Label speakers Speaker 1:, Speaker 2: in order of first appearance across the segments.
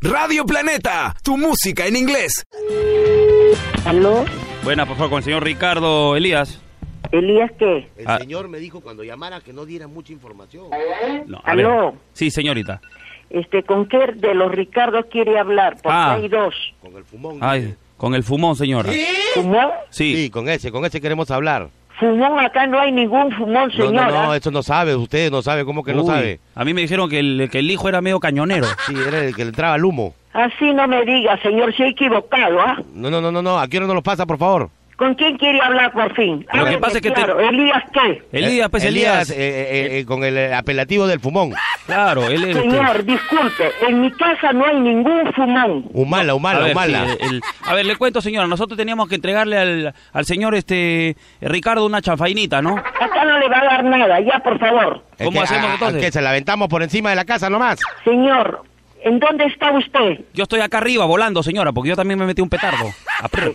Speaker 1: Radio Planeta, tu música en inglés.
Speaker 2: ¿Aló?
Speaker 3: Buena, por favor, con el señor Ricardo Elías.
Speaker 2: ¿Elías qué?
Speaker 4: El
Speaker 3: Ah.
Speaker 4: señor me dijo cuando llamara que no diera mucha información.
Speaker 3: No,
Speaker 2: Aló.
Speaker 3: Sí, señorita.
Speaker 2: Este, ¿Con qué de los Ricardos quiere hablar? Porque
Speaker 3: Ah.
Speaker 2: hay dos.
Speaker 4: Con el fumón.
Speaker 3: Ay,
Speaker 4: dice.
Speaker 3: con el fumón, señora.
Speaker 2: ¿Fumón?
Speaker 3: Sí.
Speaker 4: Sí, con ese, con ese queremos hablar.
Speaker 2: Fumón, acá no hay ningún fumón,
Speaker 4: No,
Speaker 2: señora.
Speaker 4: no, no, eso no sabe, usted no sabe, ¿cómo que no
Speaker 3: Uy,
Speaker 4: sabe?
Speaker 3: A mí me dijeron que el, que el hijo era medio cañonero.
Speaker 4: Sí, era el que le entraba el humo.
Speaker 2: Así no me diga, señor, se ha equivocado, ¿ah?
Speaker 4: No, no, no, no, no, ¿a qué hora nos lo pasa, por favor?
Speaker 2: ¿Con quién quiere hablar por fin?
Speaker 3: Lo que pasa es que te-
Speaker 2: claro, ¿Elías qué?
Speaker 3: Elías, pues
Speaker 4: Eh,
Speaker 3: Elías.
Speaker 4: eh, eh, eh, con el eh, apelativo del fumón.
Speaker 3: Claro, él es... este,
Speaker 2: Señor, disculpe, en mi casa no hay ningún fumón.
Speaker 4: Humala,
Speaker 3: a
Speaker 4: humala,
Speaker 3: ver,
Speaker 4: humala.
Speaker 3: sí, el- a ver, le cuento, señora. Nosotros teníamos que entregarle al, al señor este Ricardo una chanfainita, ¿no?
Speaker 2: Acá no le va a dar nada, ya, por favor.
Speaker 4: Es
Speaker 3: ¿Cómo
Speaker 4: que,
Speaker 3: hacemos
Speaker 4: ah,
Speaker 3: entonces?
Speaker 4: Que se la aventamos por encima de la casa nomás.
Speaker 2: Señor, ¿en dónde está usted?
Speaker 3: Yo estoy acá arriba volando, señora, porque yo también me metí un petardo. Aprr.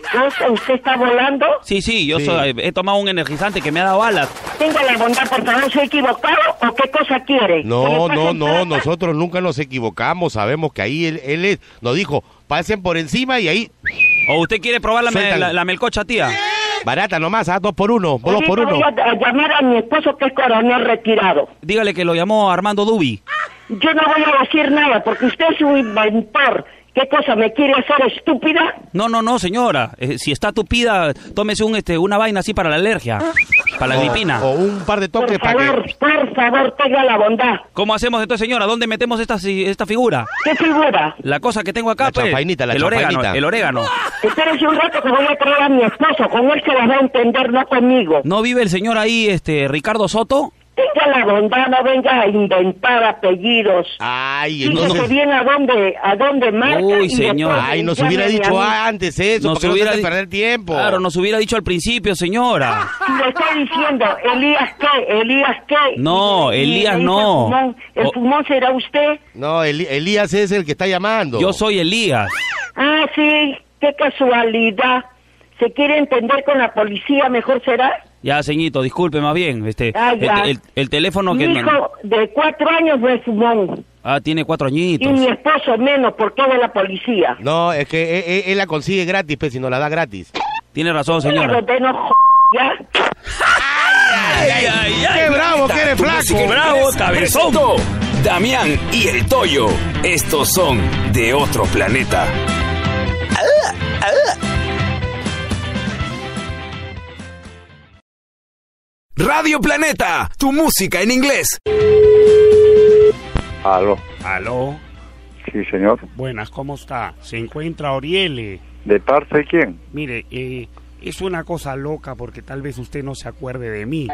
Speaker 2: ¿Qué cosa? ¿Usted está volando?
Speaker 3: Sí, sí, yo
Speaker 4: Sí.
Speaker 3: soy- he tomado un energizante que me ha dado alas.
Speaker 2: Tenga la bondad, por favor, ¿se ha equivocado o qué cosa quiere? ¿Que le
Speaker 4: No,
Speaker 2: pasen
Speaker 4: no, no,
Speaker 2: plata?
Speaker 4: nosotros nunca nos equivocamos, sabemos que ahí él, él es- nos dijo, pasen por encima y ahí,
Speaker 3: ¿O usted quiere probar la, me-
Speaker 4: Suéltalo.
Speaker 3: la- la melcocha, tía?
Speaker 4: barata nomás, ah, dos por uno, dos
Speaker 2: Ahorita
Speaker 4: por uno.
Speaker 2: voy a a llamar a mi esposo que es coronel retirado.
Speaker 3: Dígale que lo llamó Armando Dubi.
Speaker 2: Yo no voy a decir nada porque usted es un inventor. ¿Qué cosa me quiere hacer estúpida?
Speaker 3: No, no, no, señora. Eh, si está tupida, tómese un, este, una vaina así para la alergia, para la
Speaker 4: O-
Speaker 3: gripina.
Speaker 4: O, un par de
Speaker 2: Por
Speaker 4: toques para
Speaker 2: favor,
Speaker 4: que...
Speaker 2: por favor, tenga la bondad.
Speaker 3: ¿Cómo hacemos entonces, señora? ¿Dónde metemos esta, si- esta figura?
Speaker 2: ¿Qué figura?
Speaker 3: La cosa que tengo acá,
Speaker 4: La
Speaker 3: pues,
Speaker 4: chanfainita, la
Speaker 3: el orégano,
Speaker 4: chanfainita.
Speaker 3: el orégano.
Speaker 2: Espérese un rato que voy a traer a mi esposo. Con él se las va a entender, no conmigo.
Speaker 3: ¿No vive el señor ahí, este, Ricardo Soto?
Speaker 2: Tenga la bondad, no venga a inventar apellidos.
Speaker 4: Ay,
Speaker 2: Fíjese
Speaker 4: entonces-
Speaker 2: bien a dónde, a dónde marca.
Speaker 3: Uy,
Speaker 2: y
Speaker 3: señor.
Speaker 2: después
Speaker 4: Ay, nos
Speaker 2: llame
Speaker 4: hubiera
Speaker 2: a mi
Speaker 4: dicho "Ah,
Speaker 2: amigo.
Speaker 4: antes eso, para que no se hace
Speaker 3: di-
Speaker 4: perder tiempo.
Speaker 3: Claro, nos hubiera dicho al principio, señora.
Speaker 2: Si le está diciendo, Elías qué, Elías qué.
Speaker 3: No,
Speaker 2: Y- y
Speaker 3: Elías
Speaker 2: le dice
Speaker 3: no.
Speaker 2: al pulmón, El
Speaker 3: O-
Speaker 2: pulmón será usted.
Speaker 4: No, Eli- Elías es el que está llamando.
Speaker 3: Yo soy Elías.
Speaker 2: Ah, sí, qué casualidad. ¿Se quiere entender con la policía? Mejor será.
Speaker 3: Ya, ceñito, disculpe más bien. Este,
Speaker 2: Ah,
Speaker 3: el,
Speaker 2: ya.
Speaker 3: el- el teléfono
Speaker 2: Mi
Speaker 3: que...
Speaker 2: hijo de cuatro años no es fumón.
Speaker 3: Ah, tiene cuatro
Speaker 2: Y
Speaker 3: añitos.
Speaker 2: mi esposo menos, porque es de la policía.
Speaker 4: No, es que él, él- él la consigue gratis, pues, si nos la da gratis.
Speaker 3: Tiene razón,
Speaker 2: Pero
Speaker 3: señora.
Speaker 2: de no j- ya.
Speaker 3: Ay, ay, ay.
Speaker 4: ¡Qué bravo, que eres flaco!
Speaker 3: bravo, cabezón.
Speaker 1: Presentó Damián y el Toyo. Estos son de otro planeta. Radio Planeta, tu música en inglés.
Speaker 5: Aló,
Speaker 6: Aló,
Speaker 5: sí señor.
Speaker 6: buenas, ¿cómo está? Se encuentra Oriele.
Speaker 5: ¿De parte de quién?
Speaker 6: Mire, eh, es una cosa loca porque tal vez usted no se acuerde de mí.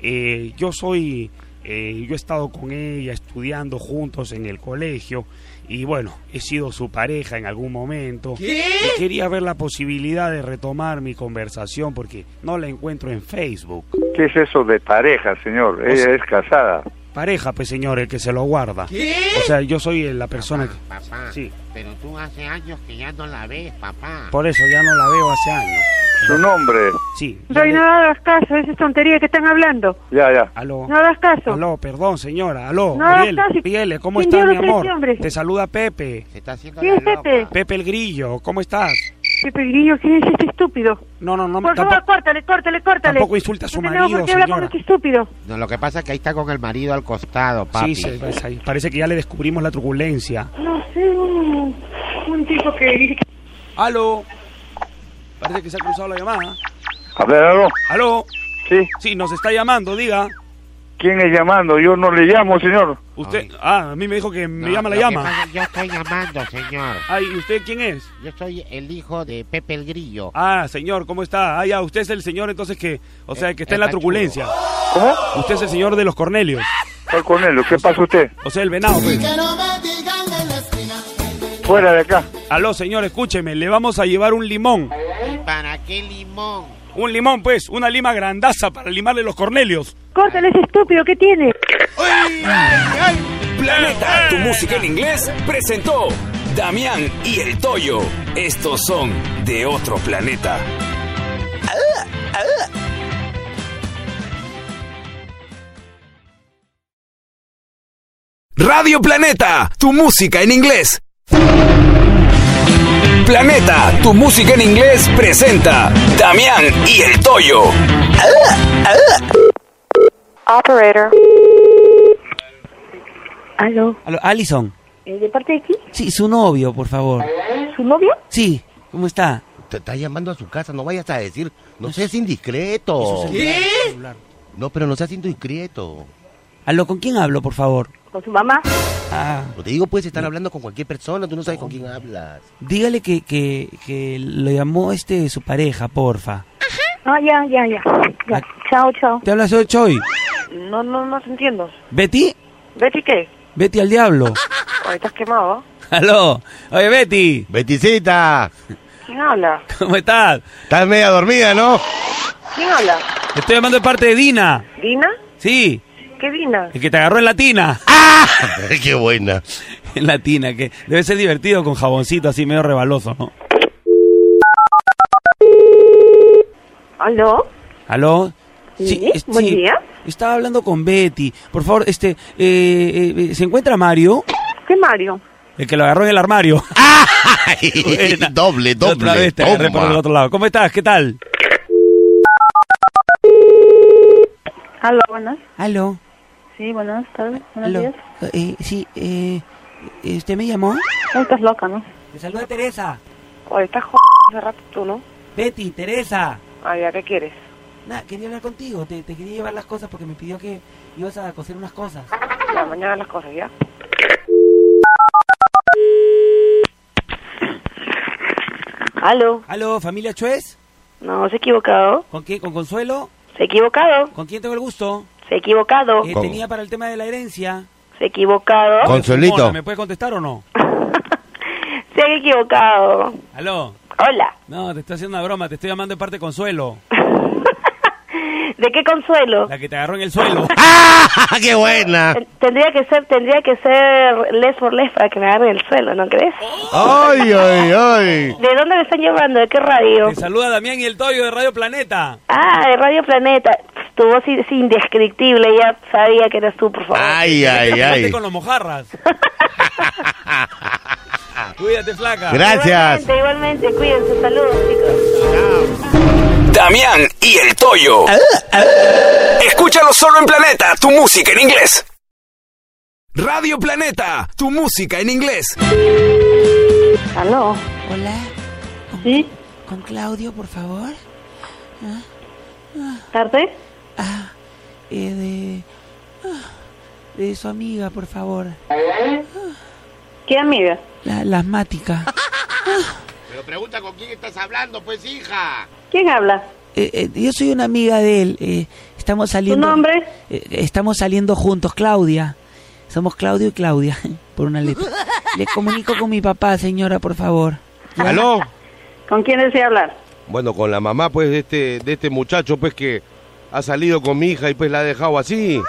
Speaker 6: Eh, yo soy, eh, yo he estado con ella estudiando juntos en el colegio y bueno, he sido su pareja en algún momento. Y quería ver la posibilidad de retomar mi conversación porque no la encuentro en Facebook.
Speaker 5: ¿Qué es eso de pareja, señor? Ella es casada.
Speaker 6: Pareja, pues señor, el que se lo guarda. O sea, yo soy eh, la persona que...
Speaker 7: Papá,
Speaker 6: Sí,
Speaker 7: pero tú hace años que ya no la ves, papá.
Speaker 6: por eso ya no la veo hace años.
Speaker 5: Su nombre.
Speaker 6: Sí. ya
Speaker 8: Doy,
Speaker 6: le-
Speaker 8: no hagas caso, esa es tontería que están hablando.
Speaker 5: Ya, ya.
Speaker 6: Aló.
Speaker 8: No hagas caso.
Speaker 6: Oh. Aló, perdón, señora. Aló,
Speaker 8: No hagas
Speaker 6: Ariel.
Speaker 8: caso.
Speaker 6: Ariel, ¿cómo
Speaker 8: ¿Quién
Speaker 6: estás, mi
Speaker 8: diablos crees
Speaker 6: amor?
Speaker 8: que hombre?
Speaker 6: Te saluda Pepe.
Speaker 7: Se está haciendo
Speaker 8: ¿Quién
Speaker 7: la
Speaker 8: es este?
Speaker 7: loca.
Speaker 6: Pepe el Grillo, ¿cómo estás?
Speaker 8: Pepe Grillo, ¿quién es este estúpido?
Speaker 6: No, no, no.
Speaker 8: Por favor,
Speaker 6: tampoco-
Speaker 8: córtale, córtale, córtale.
Speaker 6: tampoco insulte a su
Speaker 8: no
Speaker 6: marido,
Speaker 8: tenemos por qué hablar con
Speaker 6: señora.
Speaker 8: este estúpido.
Speaker 7: No, lo que pasa es que ahí está con el marido al costado, papi.
Speaker 6: Sí, se- es ahí. parece que ya le descubrimos la truculencia.
Speaker 8: No sé, un, un tipo que...
Speaker 6: Aló. Parece que se ha cruzado la llamada.
Speaker 5: A ver, aló.
Speaker 6: Aló.
Speaker 5: Sí.
Speaker 6: Sí, nos está llamando, diga.
Speaker 5: ¿Quién es llamando? Yo no le llamo, señor.
Speaker 6: Usted.
Speaker 7: Ay.
Speaker 6: Ah, a mí me dijo que me
Speaker 7: No,
Speaker 6: llama la
Speaker 7: lo que
Speaker 6: llama.
Speaker 7: pasa es que yo estoy llamando, señor.
Speaker 6: Ay, ¿y usted quién es?
Speaker 7: Yo soy el hijo de Pepe el Grillo.
Speaker 6: Ah, señor, ¿cómo está? Ah, ya, usted es el señor entonces que. O sea, que está en la
Speaker 7: está chulo.
Speaker 6: truculencia.
Speaker 5: ¿Cómo?
Speaker 6: Usted es el señor de los Cornelios.
Speaker 5: Está con él. ¿Qué pasa usted?
Speaker 6: O sea, el venado, pues.
Speaker 5: Fuera de acá.
Speaker 6: Aló, señor, escúcheme, le vamos a llevar un limón.
Speaker 7: ¿Para qué limón?
Speaker 6: Un limón, pues, una lima grandaza para limarle los cornelios.
Speaker 8: Córtale, ese estúpido, ¿qué tiene?
Speaker 1: Planeta, tu música en inglés presentó Damián y el Toyo. Estos son de otro planeta. Radio Planeta, tu música en inglés. Planeta, tu música en inglés presenta Damián y el Toyo.
Speaker 8: Operator. ¿Aló?
Speaker 3: Aló, Alison.
Speaker 8: Eh, ¿De parte de quién?
Speaker 3: Sí, su novio, por favor.
Speaker 8: ¿Su novio?
Speaker 3: Sí, ¿cómo está?
Speaker 4: Te está llamando a su casa, no vayas a decir, no seas indiscreto. No, pero no seas indiscreto.
Speaker 3: Aló, ¿con quién hablo, por favor?
Speaker 8: ¿Con su mamá?
Speaker 3: Ah,
Speaker 4: No te digo, puedes estar hablando con cualquier persona, tú no sabes con quién hablas.
Speaker 3: dígale que, que, que lo llamó este su pareja, porfa.
Speaker 8: Ah, ya, ya, ya. ya. Chao, chao.
Speaker 3: ¿Te hablas hoy, Choy?
Speaker 8: Ah. No, no, no te entiendo.
Speaker 3: ¿Betty?
Speaker 8: ¿Betty qué?
Speaker 3: Betty al diablo.
Speaker 8: Ahorita estás quemado.
Speaker 3: Aló. Oye, Betty,
Speaker 4: Betisita,
Speaker 8: ¿Quién habla?
Speaker 3: ¿cómo estás?
Speaker 4: estás media dormida, ¿no?
Speaker 8: ¿Quién habla?
Speaker 3: Te estoy llamando de parte de Dina.
Speaker 8: ¿Dina?
Speaker 3: Sí,
Speaker 8: ¿Qué Dina?
Speaker 3: el que te agarró en la tina.
Speaker 4: Qué buena.
Speaker 3: En la tina, que debe ser divertido con jaboncito así medio rebaloso, ¿no?
Speaker 8: ¿Aló?
Speaker 3: ¿Aló?
Speaker 8: Sí, buen día.
Speaker 3: Estaba hablando con Betty. Por favor, este, eh, eh, eh, ¿se encuentra Mario?
Speaker 8: ¿Qué Mario?
Speaker 3: El que lo agarró en el armario. Buena.
Speaker 4: doble, doble.
Speaker 3: eh, Otra vez te agarré por el
Speaker 4: toma.
Speaker 3: otro lado. ¿Cómo estás? ¿Qué tal?
Speaker 8: ¿Aló? Buenas.
Speaker 3: Aló.
Speaker 8: Sí, buenas tardes. Buenos
Speaker 3: Aló.
Speaker 8: días.
Speaker 3: Eh, sí, eh, ¿usted me llamó?
Speaker 8: No, estás loca, ¿no?
Speaker 3: Te saluda Teresa.
Speaker 8: Oye, estás j... hace rato tú, ¿no?
Speaker 3: Betty, Teresa.
Speaker 8: Ah, ya, ¿qué quieres?
Speaker 3: Nada, quería hablar contigo. Te, te quería llevar las cosas porque me pidió que ibas a coser unas cosas.
Speaker 8: Ya, mañana las cosas, ¿ya? ¿Aló?
Speaker 3: Aló, familia Chuez.
Speaker 8: No, se ha equivocado.
Speaker 3: ¿Con qué? ¿Con Consuelo?
Speaker 8: Se ha equivocado.
Speaker 3: ¿Con quién tengo el gusto?
Speaker 8: Se ha equivocado.
Speaker 3: Eh,
Speaker 4: Con-
Speaker 3: tenía para el tema de la herencia.
Speaker 8: Se ha equivocado.
Speaker 4: Consuelito,
Speaker 3: Mona, ¿Me puede contestar o no?
Speaker 8: Se ha equivocado.
Speaker 3: Aló.
Speaker 8: Hola.
Speaker 3: No, te estoy haciendo una broma. Te estoy llamando de parte de Consuelo.
Speaker 8: ¿De qué consuelo?
Speaker 3: La que te agarró en el suelo.
Speaker 4: ¡Ah! ¡Qué buena!
Speaker 8: Eh, Tendría que ser, tendría que ser les por les para que me agarren el suelo, ¿no crees?
Speaker 4: ¡Ay, ay, ay!
Speaker 8: ¿De dónde me están llamando? ¿De qué radio?
Speaker 3: Te saluda Damián y el Toyo de Radio Planeta.
Speaker 8: Ah, de Radio Planeta. Tu voz es indescriptible, ya sabía que eras tú, por favor.
Speaker 4: ¡Ay, ay,
Speaker 3: Chocolate
Speaker 4: ay!
Speaker 3: con los mojarras. Cuídate, flaca.
Speaker 4: Gracias.
Speaker 8: Igualmente, igualmente, cuídense, saludos, chicos.
Speaker 1: Damián y el Toyo. Escúchalo solo en Planeta, tu música en inglés. Radio Planeta, tu música en inglés.
Speaker 8: ¿Aló?
Speaker 9: Hola,
Speaker 8: ¿Sí?
Speaker 9: con Claudio, por favor.
Speaker 8: ¿Tarde?
Speaker 9: Ah, eh, de. ah, de su amiga, por favor.
Speaker 8: ¿Qué amiga?
Speaker 9: La, la asmática.
Speaker 4: Pero pregunta con quién estás hablando, pues, hija.
Speaker 8: ¿Quién habla?
Speaker 9: Eh, eh, yo soy una amiga de él. eh, estamos
Speaker 8: ¿Tu
Speaker 9: saliendo.
Speaker 8: nombre?
Speaker 9: Eh, estamos saliendo juntos, Claudia. Somos Claudio y Claudia, por una letra. Le comunico con mi papá, señora, por favor.
Speaker 4: ¿Aló?
Speaker 8: ¿Con quién desea hablar?
Speaker 4: Bueno, con la mamá, pues, de este, de este muchacho, pues, que ha salido con mi hija y, pues, la ha dejado así.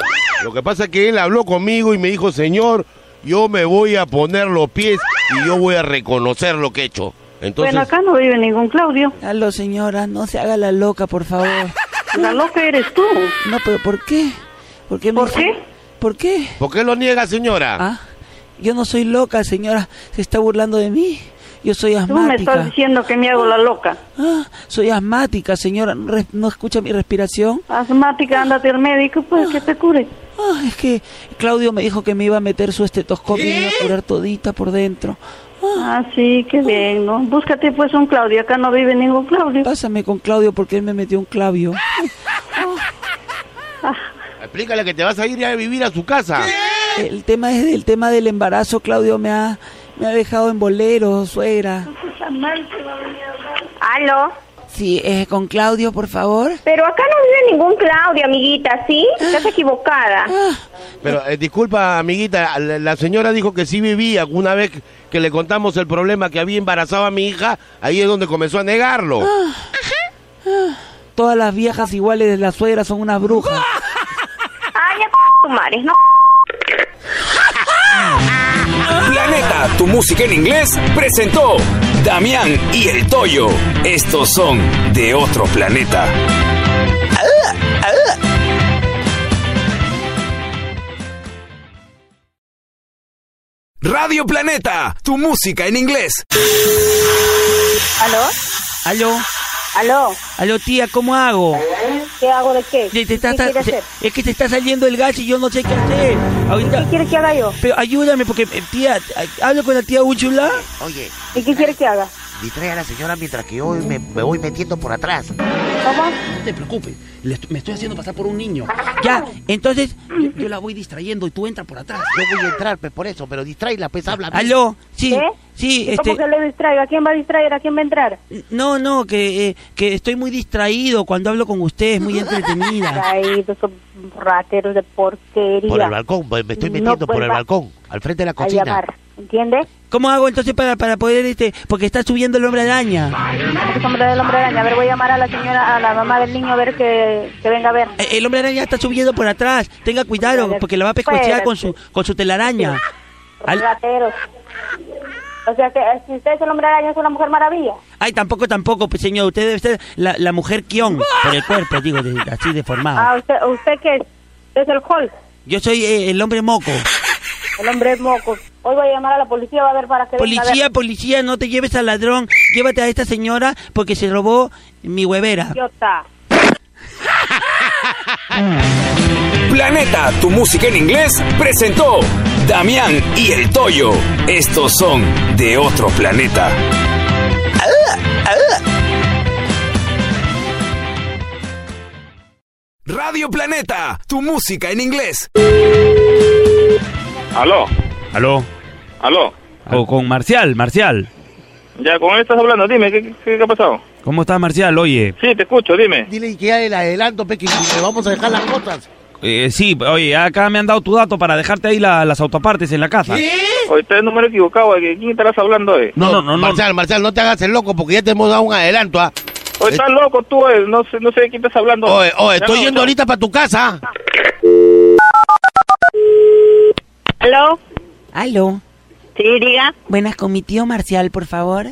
Speaker 4: Lo que pasa es que él habló conmigo y me dijo, señor, yo me voy a poner los pies y yo voy a reconocer lo que he hecho. Entonces,
Speaker 8: Bueno, acá no vive ningún Claudio.
Speaker 9: Aló, señora, no se haga la loca, por favor.
Speaker 8: La loca eres tú.
Speaker 9: No, pero ¿por qué? ¿Por qué? me-
Speaker 8: ¿Por qué?
Speaker 9: ¿Por qué?
Speaker 4: ¿por qué lo niega, señora?
Speaker 9: Ah, yo no soy loca, señora. Se está burlando de mí. Yo soy
Speaker 8: Tú me estás
Speaker 9: asmática.
Speaker 8: diciendo que me hago la loca.
Speaker 9: Ah, soy asmática, señora. ¿No res- ¿No escucha mi respiración?
Speaker 8: Asmática, ándate al médico, pues que te cure.
Speaker 9: Ah, es que Claudio me dijo que me iba a meter su estetoscopio y me iba a curar todita por dentro.
Speaker 8: Ah, sí, qué bien, ¿no? Búscate pues un Claudio, acá no vive ningún Claudio.
Speaker 9: Pásame con Claudio porque él me metió un clavio.
Speaker 4: Explícale que te vas a ir ya a vivir a su casa.
Speaker 9: El tema es el tema del embarazo. Claudio me ha, me ha dejado en bolero, suegra.
Speaker 10: Aló.
Speaker 9: Sí, eh, con Claudio, por favor. Ah.
Speaker 10: Pero acá no vive ningún Claudio, amiguita, ¿sí? Estás equivocada.
Speaker 4: Pero eh, disculpa, amiguita, la, la señora dijo que sí vivía. Una vez que le contamos el problema que había embarazado a mi hija, ahí es donde comenzó a negarlo.
Speaker 8: Ah.
Speaker 9: Todas las viejas iguales de la suegra son unas brujas.
Speaker 10: Ay, ya tu madre, no.
Speaker 1: Planeta, tu música en inglés presentó Damián y el Toyo. Estos son de otro planeta. Radio Radio Planeta, tu música en inglés.
Speaker 2: ¿Aló?
Speaker 9: Aló.
Speaker 2: ¿Aló?
Speaker 9: Aló, tía, ¿cómo hago?
Speaker 2: ¿Qué hago de qué?
Speaker 9: Te- te está-
Speaker 2: ¿Qué quieres
Speaker 9: se-
Speaker 2: hacer?
Speaker 9: es que te está saliendo el gas y yo no sé qué hacer. Ahorita,
Speaker 2: ¿Qué quieres que haga yo?
Speaker 9: pero ayúdame porque, eh, tía, eh, hablo con la tía Úchula.
Speaker 4: Oye,
Speaker 2: ¿Y qué quieres que haga?
Speaker 4: distrae a la señora mientras que yo me, me voy metiendo por atrás.
Speaker 2: ¿Cómo?
Speaker 9: No te preocupes, le est- me estoy haciendo pasar por un niño. Ya, entonces yo, yo la voy distrayendo y tú entras por atrás.
Speaker 4: Yo voy a entrar, pues, por eso, pero distráela, pues, habla.
Speaker 9: Aló, sí,
Speaker 2: ¿Qué?
Speaker 9: sí,
Speaker 2: ¿Y
Speaker 9: este,
Speaker 2: ¿Cómo que le distraigo? ¿A quién va a distraer? ¿A quién va a entrar?
Speaker 9: no, no, que, eh, que estoy muy distraído cuando hablo con ustedes, muy entretenida.
Speaker 2: Traídos, son rateros de porquería.
Speaker 4: Por el balcón, pues, me me estoy
Speaker 2: No
Speaker 4: metiendo por el
Speaker 2: vuelva
Speaker 4: balcón, al frente de la
Speaker 2: A
Speaker 4: cocina.
Speaker 2: llamar, ¿entiendes?
Speaker 9: ¿Cómo hago entonces para, para poder, este, porque está subiendo el hombre araña?
Speaker 2: Ese hombre del hombre araña. A ver, voy a llamar a la señora, a la mamá del niño a ver que, que venga a ver.
Speaker 9: Eh, El hombre araña está subiendo por atrás, tenga cuidado porque la va a pescochear con su, con su telaraña. Al-
Speaker 2: Rateros. O sea, que eh, si usted es el hombre araña, es una mujer maravilla.
Speaker 9: Ay, tampoco, tampoco, pues, señor, usted debe ser la, la mujer Kion, por el cuerpo, digo, de- así
Speaker 2: Ah,
Speaker 9: deformado.
Speaker 2: ¿usted, ¿usted qué es? Es el Hulk,
Speaker 9: Yo soy eh, el hombre moco.
Speaker 2: el hombre moco. Hoy voy a llamar a la policía, va a ver para que venga a ver.
Speaker 9: Policía, policía, no te lleves al ladrón. Llévate a esta señora porque se robó mi huevera.
Speaker 2: Idiota.
Speaker 1: Planeta, tu música en inglés, presentó Damián y el Toyo. Estos son de otro planeta. Radio Planeta, tu música en inglés.
Speaker 11: Aló,
Speaker 3: Aló.
Speaker 11: aló.
Speaker 3: O con Marcial, Marcial.
Speaker 11: Ya, con él estás hablando, dime, ¿qué, qué, qué ha pasado?
Speaker 3: ¿Cómo estás, Marcial? Oye,
Speaker 11: Sí, te escucho, dime.
Speaker 4: Dile que ya le adelanto, pe, que le vamos a dejar las cosas.
Speaker 3: eh, sí, oye, acá me han dado tu dato para dejarte ahí la- las autopartes en la casa.
Speaker 11: Hoy está el número equivocado, ¿de quién estarás hablando hoy?
Speaker 3: No, no, no, no.
Speaker 8: Marcial, Marcial, no te hagas el loco porque ya te hemos dado un adelanto, ¿ah?
Speaker 11: Hoy estás loco tú, eh, no sé, no sé de quién estás hablando.
Speaker 8: Oye, oye,
Speaker 11: Ya
Speaker 8: estoy
Speaker 11: no,
Speaker 8: yendo
Speaker 11: ya-
Speaker 8: ahorita para tu casa.
Speaker 2: ¿Aló?
Speaker 9: Aló.
Speaker 2: Sí, diga.
Speaker 9: Buenas, con mi tío Marcial, por favor.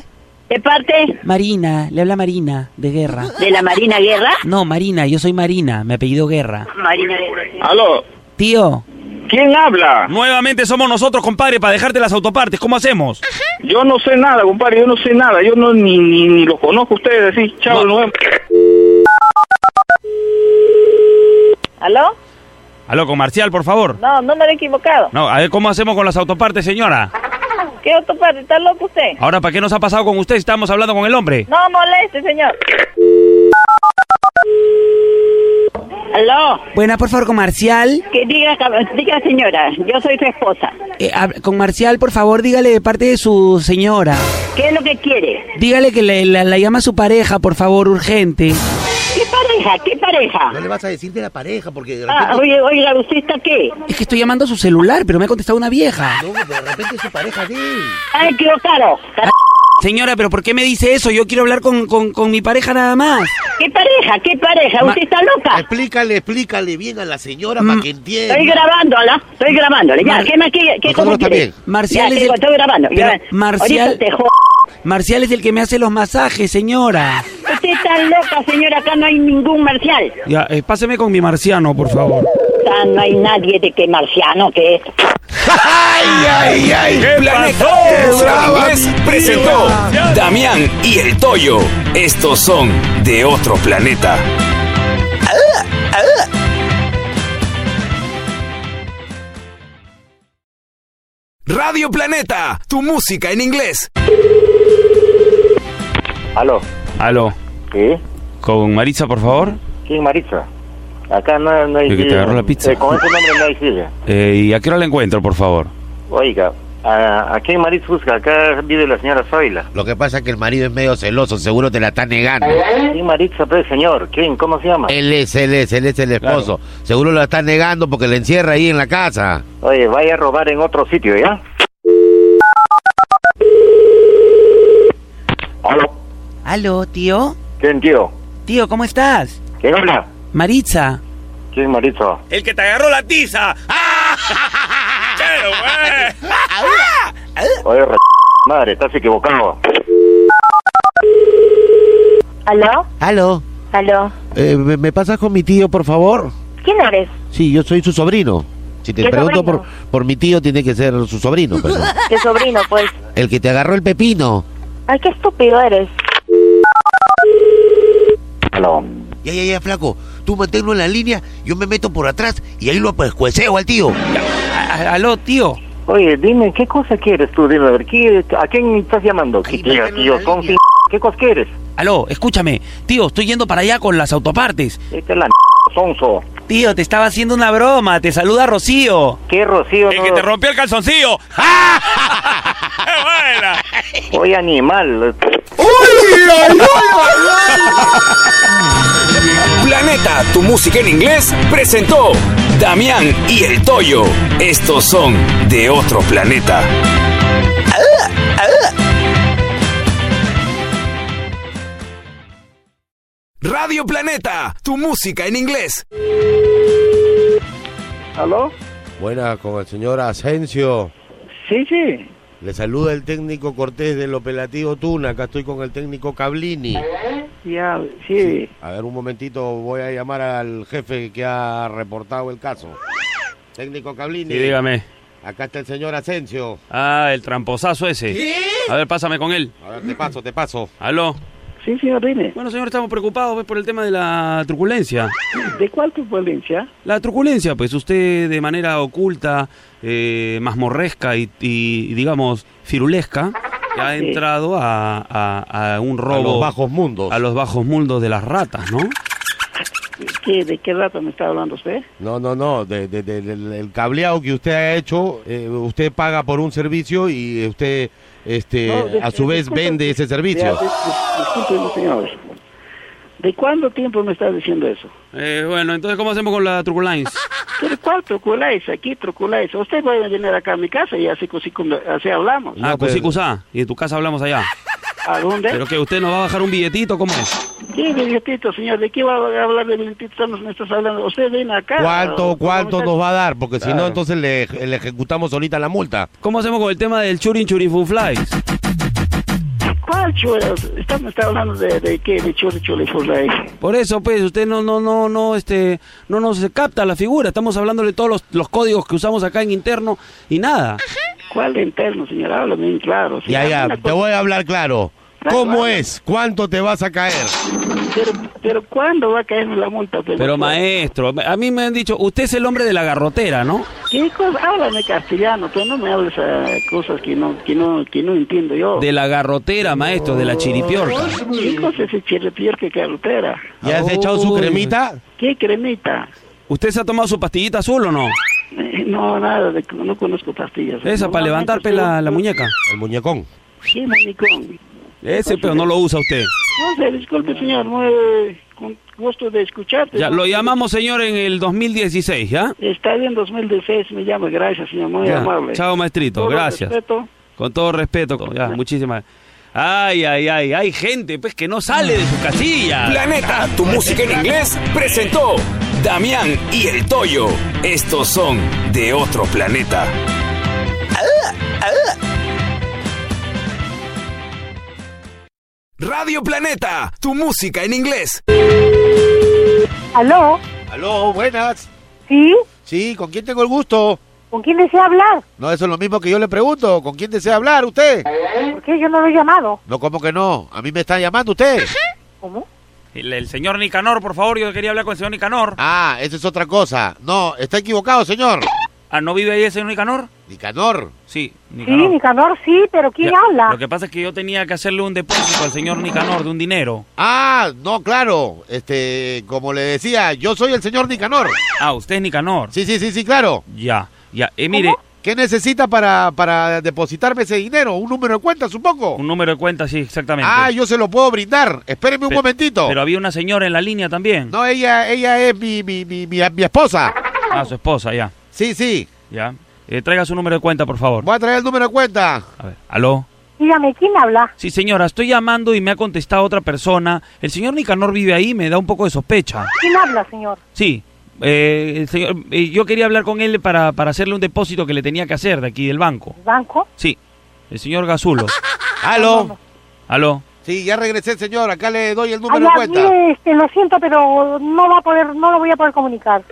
Speaker 2: ¿De parte?
Speaker 9: Marina, le habla Marina, de guerra.
Speaker 2: ¿De la Marina Guerra?
Speaker 9: No, Marina, yo soy Marina, me apellido Guerra.
Speaker 2: Marina Guerra.
Speaker 11: Aló,
Speaker 9: Tío,
Speaker 11: ¿quién habla?
Speaker 3: Nuevamente somos nosotros, compadre, para dejarte las autopartes. ¿Cómo hacemos?
Speaker 11: Yo no sé nada, compadre, yo no sé nada, yo no ni, ni, ni los conozco a ustedes, así, chao, nos vemos.
Speaker 2: ¿Aló?
Speaker 3: Aló, con Marcial, por favor.
Speaker 2: No, número equivocado.
Speaker 3: No, a ver, ¿cómo hacemos con las autopartes, señora?
Speaker 2: ¿Qué otro padre? ¿Está loco usted?
Speaker 3: Ahora, ¿para qué nos ha pasado con usted? Estamos hablando con el hombre.
Speaker 2: No moleste, señor. ¿Aló?
Speaker 9: buena, por favor, con Marcial.
Speaker 2: Que diga, cab- diga señora, yo soy su esposa.
Speaker 9: Eh, hab- con Marcial, por favor, dígale de parte de su señora.
Speaker 2: ¿Qué es lo que quiere?
Speaker 9: Dígale que le- la, la llama su pareja, por favor, urgente.
Speaker 2: ¿Qué pareja? ¿Qué pareja?
Speaker 4: No le vas a decir de la pareja porque de repente,
Speaker 2: Ah, oye, oiga, ¿usted está qué?
Speaker 9: Es que estoy llamando a su celular, pero me ha contestado una vieja.
Speaker 4: no, de repente es su pareja de él.
Speaker 2: Está equivocado. Car-
Speaker 9: Señora, pero ¿por qué me dice eso? Yo quiero hablar con, con, con mi pareja nada más.
Speaker 2: ¿Qué pareja? ¿Qué pareja?
Speaker 9: Ma-
Speaker 2: ¿Usted está loca?
Speaker 4: Explícale, explícale bien a la señora
Speaker 9: Mm.
Speaker 4: para que entienda.
Speaker 2: Estoy grabándola, estoy grabándola. Ya,
Speaker 9: Mar-
Speaker 2: ¿qué más quiere? ¿Qué
Speaker 4: Nosotros
Speaker 2: cosa quiere?
Speaker 4: también.
Speaker 9: Marcial
Speaker 2: Ya,
Speaker 9: es
Speaker 2: digo,
Speaker 9: el-
Speaker 2: Estoy grabando.
Speaker 9: Pero,
Speaker 2: ya.
Speaker 9: Marcial-
Speaker 2: Ahorita te jo-
Speaker 9: Marcial es el que me hace los masajes, señora.
Speaker 2: Usted está loca, señora. Acá no hay ningún marcial.
Speaker 3: Ya, eh, páseme con mi marciano, por favor.
Speaker 2: Acá no hay nadie de que marciano que es.
Speaker 8: ¡Ay, ay, ay!
Speaker 1: Planeta, tu música en inglés, presentó Damián y el Toyo. Estos son de otro planeta. Radio Planeta, tu música en inglés.
Speaker 11: Aló,
Speaker 3: Aló,
Speaker 11: ¿qué?
Speaker 3: con Marisa, por favor.
Speaker 11: ¿Quién Maritza? Acá no, no hay
Speaker 3: El que te
Speaker 11: silla.
Speaker 3: agarró la pizza.
Speaker 11: Eh, con ese nombre no hay silla.
Speaker 3: Eh, ¿Y a qué hora la encuentro, por favor?
Speaker 11: Oiga, ¿a, a quién Maritza busca? Acá vive la señora Zoila.
Speaker 4: Lo que pasa es que el marido es medio celoso, seguro te la está negando.
Speaker 11: ¿Quién Maritza, pues, señor? ¿Quién? ¿Cómo se llama?
Speaker 4: Él es, él es, él es el esposo. Seguro la está negando porque la encierra ahí en la casa.
Speaker 11: Oye, vaya a robar en otro sitio, ¿ya? Aló,
Speaker 9: Aló, tío.
Speaker 11: ¿quién, tío?
Speaker 9: Tío, ¿cómo estás?
Speaker 11: ¿Quién habla?
Speaker 9: Maritza.
Speaker 11: ¿Quién Maritza?
Speaker 3: El que te agarró la tiza.
Speaker 11: Oye, re... madre, estás equivocado.
Speaker 2: ¿Aló?
Speaker 4: Aló,
Speaker 2: ¿Aló?
Speaker 4: eh, ¿me, me pasas con mi tío, por favor?
Speaker 2: ¿Quién eres?
Speaker 4: Sí, yo soy su sobrino.
Speaker 7: si te
Speaker 8: ¿Qué
Speaker 7: pregunto por,
Speaker 8: sobrino?
Speaker 7: por mi tío, tiene que ser su sobrino. pues, ¿no?
Speaker 8: El sobrino, pues.
Speaker 7: El que te agarró el pepino.
Speaker 8: Ay, qué estúpido eres.
Speaker 7: Ya, ya, ya, flaco. Tú manténlo en la línea, yo me meto por atrás y ahí lo pescueceo al tío.
Speaker 3: Aló, tío.
Speaker 11: Oye, dime, ¿qué cosa quieres tú? Dime, a ver, ¿qué- ¿a quién estás llamando? ¿Qué tío, tío? Con fin- ¿Qué cosa quieres?
Speaker 3: Aló, escúchame. Tío, estoy yendo para allá con las autopartes.
Speaker 11: Esta Este es la sonso.
Speaker 3: Tío, te estaba haciendo una broma. Te saluda Rocío.
Speaker 11: ¿Qué Rocío?
Speaker 3: El que te rompió el calzoncillo.
Speaker 11: Oye, animal.
Speaker 1: Planeta, tu música en inglés, presentó Damián y el Toyo. Estos son de otro planeta. Radio Planeta, tu música en inglés.
Speaker 5: ¿Aló?
Speaker 4: Buenas, con el señor Asensio.
Speaker 5: Sí, sí.
Speaker 4: Le saluda el técnico Cortés del operativo Tuna. Acá estoy con el técnico Cablini.
Speaker 5: Ya, sí.
Speaker 4: A ver, un momentito, voy a llamar al jefe que ha reportado el caso. Técnico Cablini.
Speaker 3: Sí, dígame.
Speaker 4: Acá está el señor Asensio.
Speaker 3: Ah, el tramposazo ese. A ver, pásame con él.
Speaker 4: A ver, te paso, te paso.
Speaker 3: Aló.
Speaker 5: Sí, señor, dime.
Speaker 3: Bueno, señor, estamos preocupados pues, por el tema de la truculencia.
Speaker 5: ¿De cuál turbulencia?
Speaker 3: La truculencia, pues usted de manera oculta, eh, mazmorresca y, y, digamos firulesca, ha
Speaker 5: Sí.
Speaker 3: entrado a, a- a un robo.
Speaker 5: los bajos
Speaker 4: mundos.
Speaker 3: A los bajos mundos de las ratas, ¿no?
Speaker 5: ¿Qué, ¿De qué rato me está hablando usted?
Speaker 4: No, no, no, de- de- de- del el cableado que usted ha hecho, eh, usted paga por un servicio y eh, usted este,
Speaker 5: No, de-
Speaker 4: a su vez
Speaker 5: disculpe,
Speaker 4: vende ese
Speaker 5: Ya,
Speaker 4: servicio.
Speaker 5: dis- dis- discúlpeme, señor. ¿De cuánto tiempo me está diciendo eso?
Speaker 3: Eh, bueno, entonces, ¿cómo hacemos con la truculencia?
Speaker 5: ¿Pero cuál truculáis? Aquí truculáis. Usted puede venir acá a mi casa y así, cosi- así hablamos.
Speaker 3: ah, Cusicusá, y en tu casa hablamos allá.
Speaker 5: ¿A dónde?
Speaker 3: ¿Pero que ¿Usted nos va a bajar un billetito? ¿Cómo es?
Speaker 5: ¿Qué billetito, señor? ¿De qué va a hablar de billetito? Estamos, me estás hablando. Usted viene acá.
Speaker 4: ¿Cuánto, cuánto nos va a dar? Porque si
Speaker 3: Claro.
Speaker 4: no, entonces le, le ejecutamos ahorita la multa.
Speaker 3: ¿Cómo hacemos con el tema del churin churinfuflies?
Speaker 5: ¿Cuál chulo? Está, me está hablando de, de qué, de chulo, chulo y fulay.
Speaker 3: Por eso, pues, usted no, no, no, no, este, no nos capta la figura. Estamos hablando de todos los, los códigos que usamos acá en interno y nada.
Speaker 5: ¿Cuál de interno, señor? Habla bien claro.
Speaker 4: Ya, ya, te voy a hablar claro. ¿Cómo es? ¿Cuánto te vas a caer?
Speaker 5: Pero, pero ¿cuándo va a caerme la multa? Pero,
Speaker 3: Pero maestro, a mí me han dicho, usted es el hombre de la garrotera, ¿no?
Speaker 5: ¿Qué cosa? Háblame castellano, pero no me hables eh, cosas que no, que no, que no entiendo yo.
Speaker 3: De la garrotera, maestro, de la chiripiorca.
Speaker 5: ¿Qué cosa es el chirrepior que carretera?
Speaker 3: ¿Ya has echado su cremita?
Speaker 5: ¿Qué cremita?
Speaker 3: ¿Usted se ha tomado su pastillita azul o no?
Speaker 5: Eh, No, nada, de- no conozco pastillas.
Speaker 3: Esa, para levantar pe, la, la muñeca.
Speaker 4: El muñecón.
Speaker 5: Sí, manicón.
Speaker 3: Ese, pero no lo usa usted.
Speaker 5: No sé, disculpe, señor, muy, eh, con gusto de escucharte.
Speaker 3: Ya, lo llamamos, señor, en el 2016, ¿ya?
Speaker 5: Está bien, 2016 me llama, gracias, señor, muy
Speaker 3: Ya.
Speaker 5: amable.
Speaker 3: Chao, maestrito,
Speaker 5: Todo
Speaker 3: gracias.
Speaker 5: respeto.
Speaker 3: Con todo respeto, ya, muchísimas. Ay, ay, ay, hay gente, pues, que no sale de su casilla.
Speaker 1: Planeta, tu música en inglés, presentó Damián y el Toyo. Estos son de otro planeta. Radio Planeta, tu música en inglés.
Speaker 10: ¿Aló?
Speaker 7: Aló, buenas.
Speaker 10: ¿Sí?
Speaker 7: Sí, ¿con quién tengo el gusto?
Speaker 10: ¿Con quién desea hablar?
Speaker 7: No, eso es lo mismo que yo le pregunto. ¿Con quién desea hablar usted?
Speaker 10: ¿Por qué yo no lo he llamado?
Speaker 7: No, ¿cómo que no? A mí me está llamando usted.
Speaker 3: El, el señor Nicanor, por favor, yo quería hablar con el señor Nicanor.
Speaker 7: Ah, esa es otra cosa. No, está equivocado, señor.
Speaker 3: Ah, ¿no vive ahí el señor Nicanor?
Speaker 7: Nicanor.
Speaker 3: Sí, Nicanor.
Speaker 10: Sí, Nicanor, sí, pero ¿quién
Speaker 3: Ya,
Speaker 10: habla?
Speaker 3: Lo que pasa es que yo tenía que hacerle un depósito al señor Nicanor de un dinero.
Speaker 7: Ah, no, claro. Este, como le decía, yo soy el señor Nicanor.
Speaker 3: Ah, usted es Nicanor.
Speaker 7: Sí, sí, sí, sí, claro.
Speaker 3: Ya, ya. Eh, mire,
Speaker 7: ¿Qué necesita para, para depositarme ese dinero? ¿Un número de cuenta, supongo?
Speaker 3: un número de cuenta, sí, exactamente.
Speaker 7: Ah, yo se lo puedo brindar. Espéreme un
Speaker 3: Pe-
Speaker 7: momentito.
Speaker 3: Pero había una señora en la línea también.
Speaker 7: No, ella, ella es mi, mi, mi, mi, mi esposa.
Speaker 3: Ah, su esposa, ya.
Speaker 7: Sí, sí.
Speaker 3: Ya. Eh, traiga su número de cuenta, por favor.
Speaker 7: Voy a traer el número de cuenta.
Speaker 3: A ver, aló.
Speaker 10: Dígame, ¿quién habla?
Speaker 3: Sí, señora, estoy llamando y me ha contestado otra persona. El señor Nicanor vive ahí, me da un poco de sospecha.
Speaker 10: ¿Quién habla, señor?
Speaker 3: Sí, eh, el señor, eh, yo quería hablar con él para, para hacerle un depósito que le tenía que hacer de aquí del banco.
Speaker 10: ¿Banco?
Speaker 3: Sí, el señor Gazulo.
Speaker 7: Aló.
Speaker 3: Aló.
Speaker 7: Sí, ya regresé, señor. Acá le doy el
Speaker 10: Ah,
Speaker 7: número de
Speaker 10: ya,
Speaker 7: cuenta.
Speaker 10: mire, este, lo siento, pero no va a poder, no lo voy a poder comunicar.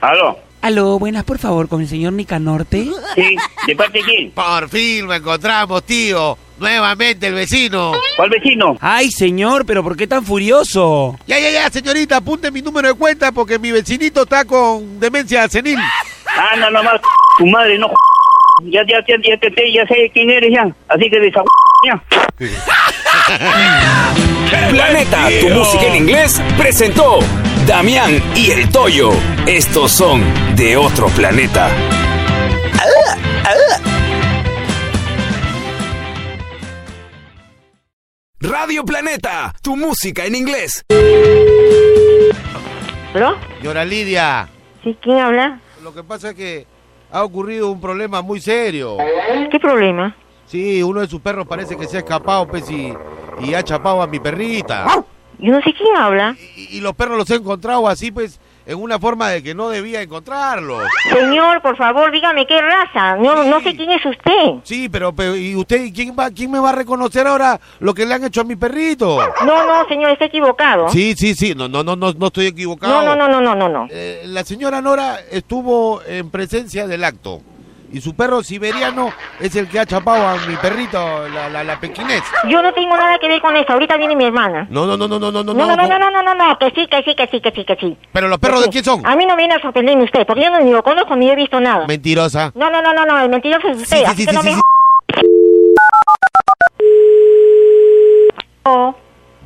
Speaker 8: Aló.
Speaker 9: Aló, buenas, por favor, con el señor Nicanorte.
Speaker 8: Sí, ¿de parte de quién?
Speaker 12: Por fin lo encontramos, tío. Nuevamente el vecino.
Speaker 8: ¿Cuál vecino?
Speaker 4: Ah.
Speaker 13: Ay, señor, pero ¿por qué tan furioso?
Speaker 12: Ya, ya, ya, señorita, apunte mi número de cuenta porque mi vecinito está con demencia senil.
Speaker 8: Ah, no, no más. Tu madre, no. Ya, ya, ya, ya, te- te- ya sé quién eres ya. Así que desa... ya.
Speaker 1: Planeta, tu música en inglés, presentó Damián y el Toyo. Estos son de otro planeta. Radio Planeta, tu música en inglés.
Speaker 4: ¿Pero? Señora Lidia.
Speaker 10: ¿Sí? ¿Quién habla?
Speaker 4: Lo que pasa es que ha ocurrido un problema muy serio.
Speaker 10: ¿Qué problema?
Speaker 4: Sí, uno de sus perros parece que se ha escapado, pues, y, y ha chapado a mi perrita.
Speaker 10: Yo no sé quién habla.
Speaker 4: Y, y los perros los he encontrado así, pues, en una forma de que no debía encontrarlos.
Speaker 10: Señor, por favor, dígame qué raza. No, no sé quién es usted.
Speaker 4: Sí, pero, pero, ¿y usted quién va, quién me va a reconocer ahora lo que le han hecho a mi perrito?
Speaker 10: No, no, señor, está equivocado.
Speaker 4: Sí, sí, sí, no, no, no, no, no estoy equivocado.
Speaker 10: No, no, no, no, no, no, no.
Speaker 4: Eh, la señora Nora estuvo en presencia del acto y su perro siberiano es el que ha chapado a mi perrito, la, la, la pequinés.
Speaker 10: Yo no tengo nada que ver con eso. Ahorita viene mi hermana.
Speaker 4: No, no, no, no, no, no, no,
Speaker 10: No, no, no, no, no, no, no, no, que sí, que sí, que sí, que sí, que sí.
Speaker 4: Pero los perros de quién son?
Speaker 10: A mí no viene a sorprenderme usted, porque yo no ni lo conozco ni he visto nada.
Speaker 4: Mentirosa.
Speaker 10: No, no, no, no, no, el mentiroso es usted,
Speaker 4: sí,
Speaker 10: Ah. así
Speaker 4: sí,
Speaker 10: que
Speaker 4: sí,
Speaker 10: no
Speaker 4: sí,
Speaker 10: me
Speaker 4: sí.
Speaker 10: jo-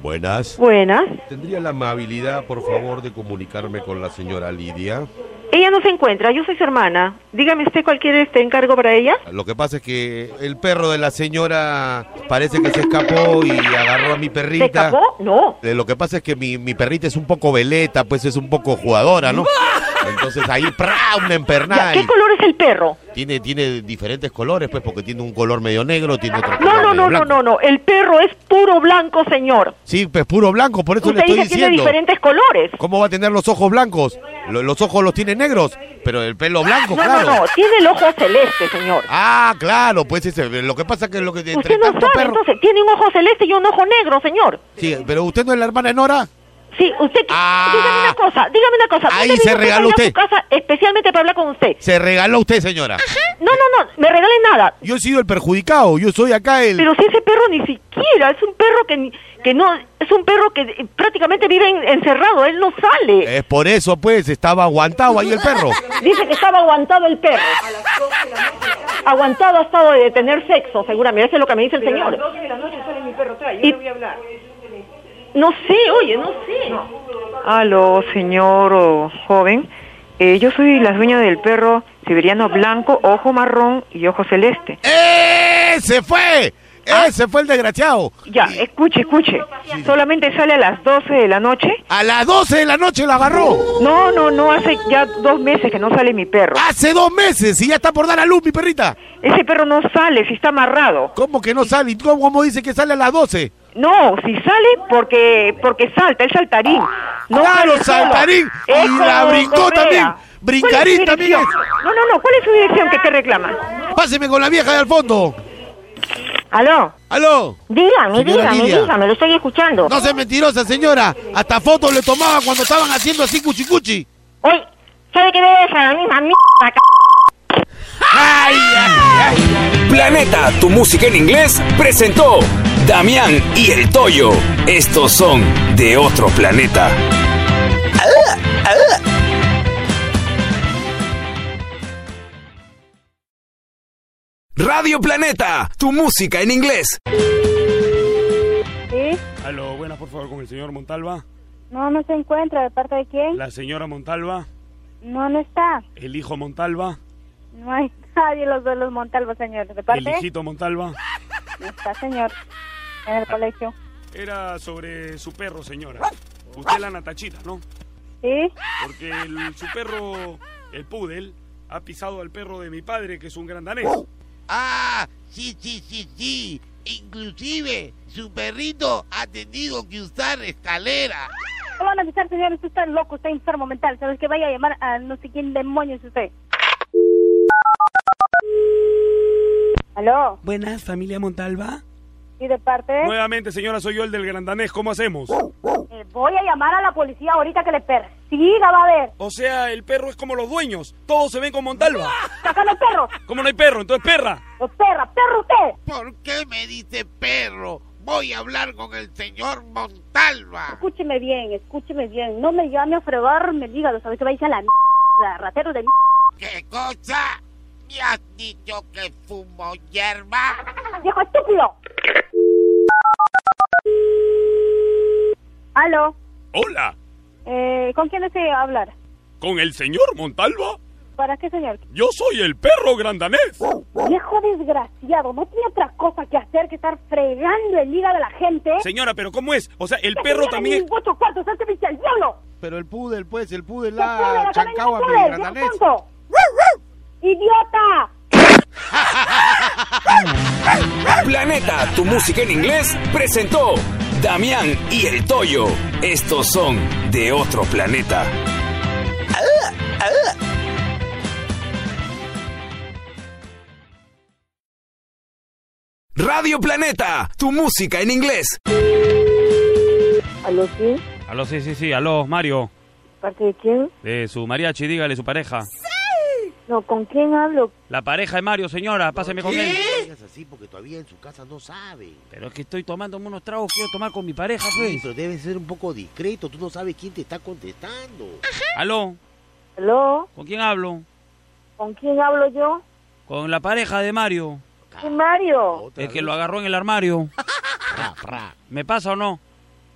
Speaker 4: Buenas.
Speaker 10: Buenas.
Speaker 4: ¿Tendría la amabilidad, por favor, de comunicarme con la señora Lidia?
Speaker 2: Ella no se encuentra, yo soy su hermana. Dígame usted cuál quiere este encargo para ella.
Speaker 4: Lo que pasa es que el perro de la señora parece que se escapó y agarró a mi perrita.
Speaker 2: ¿Se escapó? No.
Speaker 4: Eh, Lo que pasa es que mi, mi perrita es un poco veleta, pues es un poco jugadora, ¿no? Entonces ahí, ¡pra! Una
Speaker 2: Ya,
Speaker 4: empernada.
Speaker 2: ¿Qué
Speaker 4: y
Speaker 2: color es el perro?
Speaker 4: tiene, tiene diferentes colores, pues, porque tiene un color medio negro, tiene otro color
Speaker 2: No, no, no,
Speaker 4: medio
Speaker 2: no,
Speaker 4: blanco.
Speaker 2: no, no. El perro es puro blanco, señor.
Speaker 4: Sí, pues puro blanco, por eso
Speaker 2: Usted
Speaker 4: le
Speaker 2: dice
Speaker 4: estoy
Speaker 2: que tiene
Speaker 4: diciendo.
Speaker 2: diferentes colores.
Speaker 4: ¿Cómo va a tener los ojos blancos? Lo- los ojos los tiene negros, pero el pelo blanco,
Speaker 2: No,
Speaker 4: claro.
Speaker 2: no, no. Tiene el ojo celeste, señor.
Speaker 4: Ah, claro, pues ese, lo que pasa es que lo que entre
Speaker 2: Usted no
Speaker 4: tanto
Speaker 2: sabe,
Speaker 4: perro-
Speaker 2: entonces. Tiene un ojo celeste y un ojo negro, señor.
Speaker 4: Sí, pero usted no es la hermana de Nora.
Speaker 2: Sí, usted... qui- Dígame una cosa, dígame una cosa.
Speaker 4: Ah. Ahí
Speaker 2: ¿Dónde
Speaker 4: se
Speaker 2: vino usted
Speaker 4: regaló
Speaker 2: a ir a
Speaker 4: usted.
Speaker 2: su casa especialmente para hablar con usted?
Speaker 4: Se regaló usted, señora.
Speaker 2: No, no, no. Me regale nada.
Speaker 4: Yo he sido el perjudicado, yo soy acá el...
Speaker 2: Pero si ese perro ni siquiera, es un perro que, ni- que no, es un perro que eh, prácticamente vive en- encerrado, él no sale.
Speaker 4: Es por eso, pues, estaba aguantado ahí el perro.
Speaker 2: Dice que estaba aguantado el perro. Aguantado ha estado de tener sexo, seguramente, eso es lo que me dice el señor.
Speaker 14: de la noche sale mi perro, trae,
Speaker 2: yo no
Speaker 14: voy a hablar.
Speaker 2: No sé, oye, no sé.
Speaker 14: Aló, señor o joven. Eh, yo soy la dueña del perro siberiano blanco, ojo marrón y ojo celeste.
Speaker 4: ¡Ese ¡Eh! fue! ¡Ese fue el desgraciado!
Speaker 14: Ya, escuche, escuche. Solamente sale a las 12 de la noche.
Speaker 4: ¿A las 12 de la noche la agarró?
Speaker 14: No, no, no, hace ya dos meses que no sale mi perro.
Speaker 4: Hace dos meses y ya está por dar a luz mi perrita.
Speaker 14: Ese perro no sale, si está amarrado.
Speaker 4: ¿Cómo que no sale? ¿Y ¿Cómo, cómo dice que sale a las 12?
Speaker 14: No, si sale porque porque salta, es saltarín. No
Speaker 4: Claro,
Speaker 14: sale solo.
Speaker 4: Ah, saltarín. Y
Speaker 14: Eso,
Speaker 4: la brincó
Speaker 14: Correa.
Speaker 4: también.
Speaker 14: ¿Cuál es
Speaker 4: Brincarín
Speaker 14: su
Speaker 4: también
Speaker 14: dirección? No, no, no, ¿cuál es su dirección que te reclama?
Speaker 4: Páseme con la vieja de al fondo.
Speaker 10: ¿Aló?
Speaker 4: ¿Aló?
Speaker 10: Dígame,
Speaker 4: Señora
Speaker 10: dígame,
Speaker 4: Lidia.
Speaker 10: dígame, lo estoy escuchando.
Speaker 4: No sea mentirosa, señora. Hasta fotos le tomaba cuando estaban haciendo así cuchicuchi.
Speaker 10: Oye, ¿sabe qué me deja la misma mierda, c-
Speaker 1: Planeta, tu música en inglés, presentó Damián y el Toyo. Estos son de otro planeta. Radio Planeta, tu música en inglés.
Speaker 10: ¿Sí?
Speaker 3: Aló, buenas, por favor, con el señor Montalva.
Speaker 10: No, no se encuentra. ¿De parte de quién?
Speaker 3: La señora Montalva,
Speaker 10: No, no está.
Speaker 3: el hijo Montalva,
Speaker 10: No hay nadie los dos los Montalvo, señor. ¿De
Speaker 3: el hijito Montalva.
Speaker 10: No está, señor. En el colegio.
Speaker 3: Era sobre su perro, señora. Usted es la natachita, ¿no?
Speaker 10: ¿Sí?
Speaker 3: Porque el- su perro, el poodle, ha pisado al perro de mi padre, que es un gran danés.
Speaker 12: Ah, sí, sí, sí, sí. Inclusive, su perrito ha tenido que usar escalera.
Speaker 10: No van a avisar, señor. Usted está loco, está enfermo mental. Sabes que vaya a llamar a no sé quién demonios usted. ¿Aló?
Speaker 9: Buenas, familia Montalva.
Speaker 10: ¿Y de parte?
Speaker 6: Nuevamente, señora, soy yo el del Grandanés. ¿Cómo hacemos?
Speaker 10: Eh, voy a llamar a la policía ahorita que le persiga, va a ver.
Speaker 6: O sea, el perro es como los dueños. Todos se ven con Montalva.
Speaker 10: ¡Sácalo el perro!
Speaker 6: ¿Cómo no hay perro? Entonces, perra.
Speaker 10: ¡Oh, perra, perro usted!
Speaker 7: ¿Por qué me dice perro? Voy a hablar con el señor Montalva.
Speaker 10: Escúcheme bien, escúcheme bien. No me llame a fregar, me diga, lo sabes que vais a la mierda, ratero de mierda.
Speaker 7: ¿Qué cosa? ¿Me has dicho que fumo hierba?
Speaker 10: ¡Viejo estúpido! ¿Aló?
Speaker 6: Hola,
Speaker 10: Eh, ¿Con quién desea hablar?
Speaker 6: ¿con el señor Montalva?
Speaker 10: ¿Para qué, señor?
Speaker 6: Yo soy el perro Grandanés.
Speaker 10: Viejo desgraciado, ¿no tiene otra cosa que hacer que estar fregando el hígado de la gente?
Speaker 6: Señora, pero ¿cómo es? O sea, el
Speaker 10: Esa
Speaker 6: perro
Speaker 10: señora
Speaker 6: también
Speaker 10: ni ocho cuartos, antes me dice el diablo!
Speaker 4: Pero el pudel, pues, el pudel
Speaker 10: Tú me
Speaker 4: la
Speaker 10: la
Speaker 4: chancagua,
Speaker 10: cabeza,
Speaker 4: pero el
Speaker 10: viejo
Speaker 4: grandanés.
Speaker 10: tonto. ¡Idiota!
Speaker 1: Planeta, tu música en inglés, presentó Damián y el Toyo. Estos son de otro planeta. Radio Planeta, tu música en inglés.
Speaker 15: ¿Aló, sí?
Speaker 3: Aló, sí, sí, sí, aló, Mario.
Speaker 15: ¿Parte de quién?
Speaker 3: De su mariachi, dígale, su pareja.
Speaker 15: No, ¿con quién hablo?
Speaker 3: La pareja de Mario, señora, páseme con él.
Speaker 16: Es así porque todavía en su casa no sabe.
Speaker 3: Pero es que estoy tomando unos tragos, quiero tomar con mi pareja,
Speaker 16: Sí,
Speaker 3: pues.
Speaker 16: pero debe ser un poco discreto, tú no sabes quién te está contestando.
Speaker 3: Aló,
Speaker 15: ¿Aló?
Speaker 3: ¿con quién hablo?
Speaker 15: ¿Con quién hablo yo?
Speaker 3: Con la pareja de Mario.
Speaker 15: ¿Qué Mario?
Speaker 3: El que lo agarró en el armario. ¿Me pasa o no?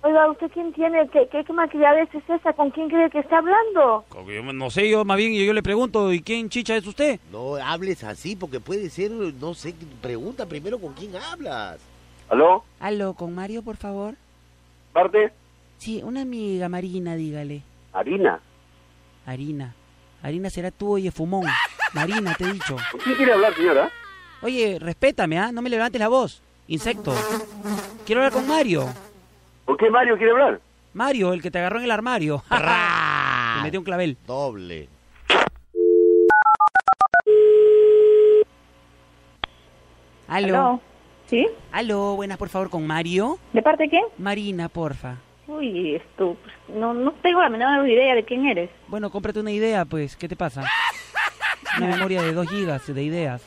Speaker 15: Oiga, ¿usted quién tiene? ¿Qué, qué, qué maquillades es esa? ¿Con quién cree que está hablando?
Speaker 3: Como que yo No sé, yo más bien yo, yo le pregunto, ¿y quién chicha es usted?
Speaker 16: No hables así porque puede ser, no sé, pregunta primero con quién hablas.
Speaker 5: ¿Aló?
Speaker 9: Aló, con Mario, por favor.
Speaker 5: ¿Parte?
Speaker 9: Sí, una amiga, Marina, dígale.
Speaker 5: Harina.
Speaker 9: Harina. Harina será tú, oye, fumón. Marina, te he dicho.
Speaker 5: ¿Quién quiere hablar, señora?
Speaker 9: Oye, respétame, ¿ah? No me levantes la voz. Insecto. Quiero hablar con Mario.
Speaker 5: ¿Por qué Mario quiere hablar?
Speaker 9: Mario, el que te agarró en el armario. te metió un clavel.
Speaker 16: Doble.
Speaker 9: Aló.
Speaker 15: Aló. ¿Sí?
Speaker 9: Aló, buenas, por favor, con Mario.
Speaker 15: ¿De parte de quién?
Speaker 9: Marina, porfa.
Speaker 15: Uy, esto, pues, no, no tengo la menor idea de quién eres.
Speaker 9: Bueno, cómprate una idea, pues. ¿Qué te pasa? Una memoria de 2 gigas de ideas.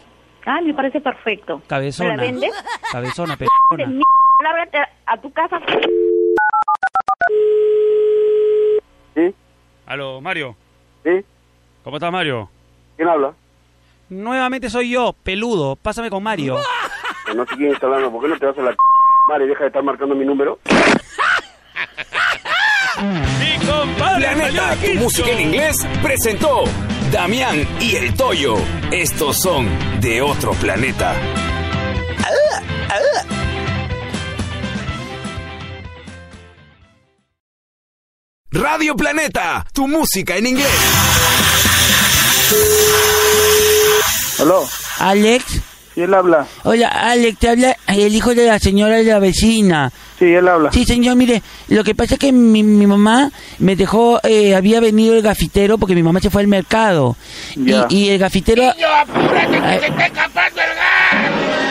Speaker 15: Ah, me parece perfecto.
Speaker 9: Cabezona.
Speaker 15: ¿Me la vendes?
Speaker 9: Cabezona, pe...
Speaker 15: De mierda, lárgate a tu casa.
Speaker 6: Aló, Mario.
Speaker 5: ¿Sí?
Speaker 3: ¿Cómo estás, Mario?
Speaker 5: ¿Quién habla?
Speaker 3: Nuevamente soy yo, peludo. Pásame con Mario.
Speaker 5: No sé quién está hablando, ¿por qué no te vas a la c... Mario, deja de estar marcando mi número.
Speaker 1: Planeta, tu música en inglés, presentó Damián y el Toyo. Estos son de otro planeta. Radio Planeta, tu música en inglés.
Speaker 5: ¿Aló?
Speaker 9: Alex.
Speaker 5: Sí, él habla.
Speaker 9: Hola, Alex, te habla el hijo de la señora de la vecina.
Speaker 5: Sí, él habla.
Speaker 9: Sí, señor, mire, lo que pasa es que mi, mi mamá me dejó, eh, había venido el gafitero porque mi mamá se fue al mercado. Y-
Speaker 5: Ya.
Speaker 9: Y, el gafitero... Ay,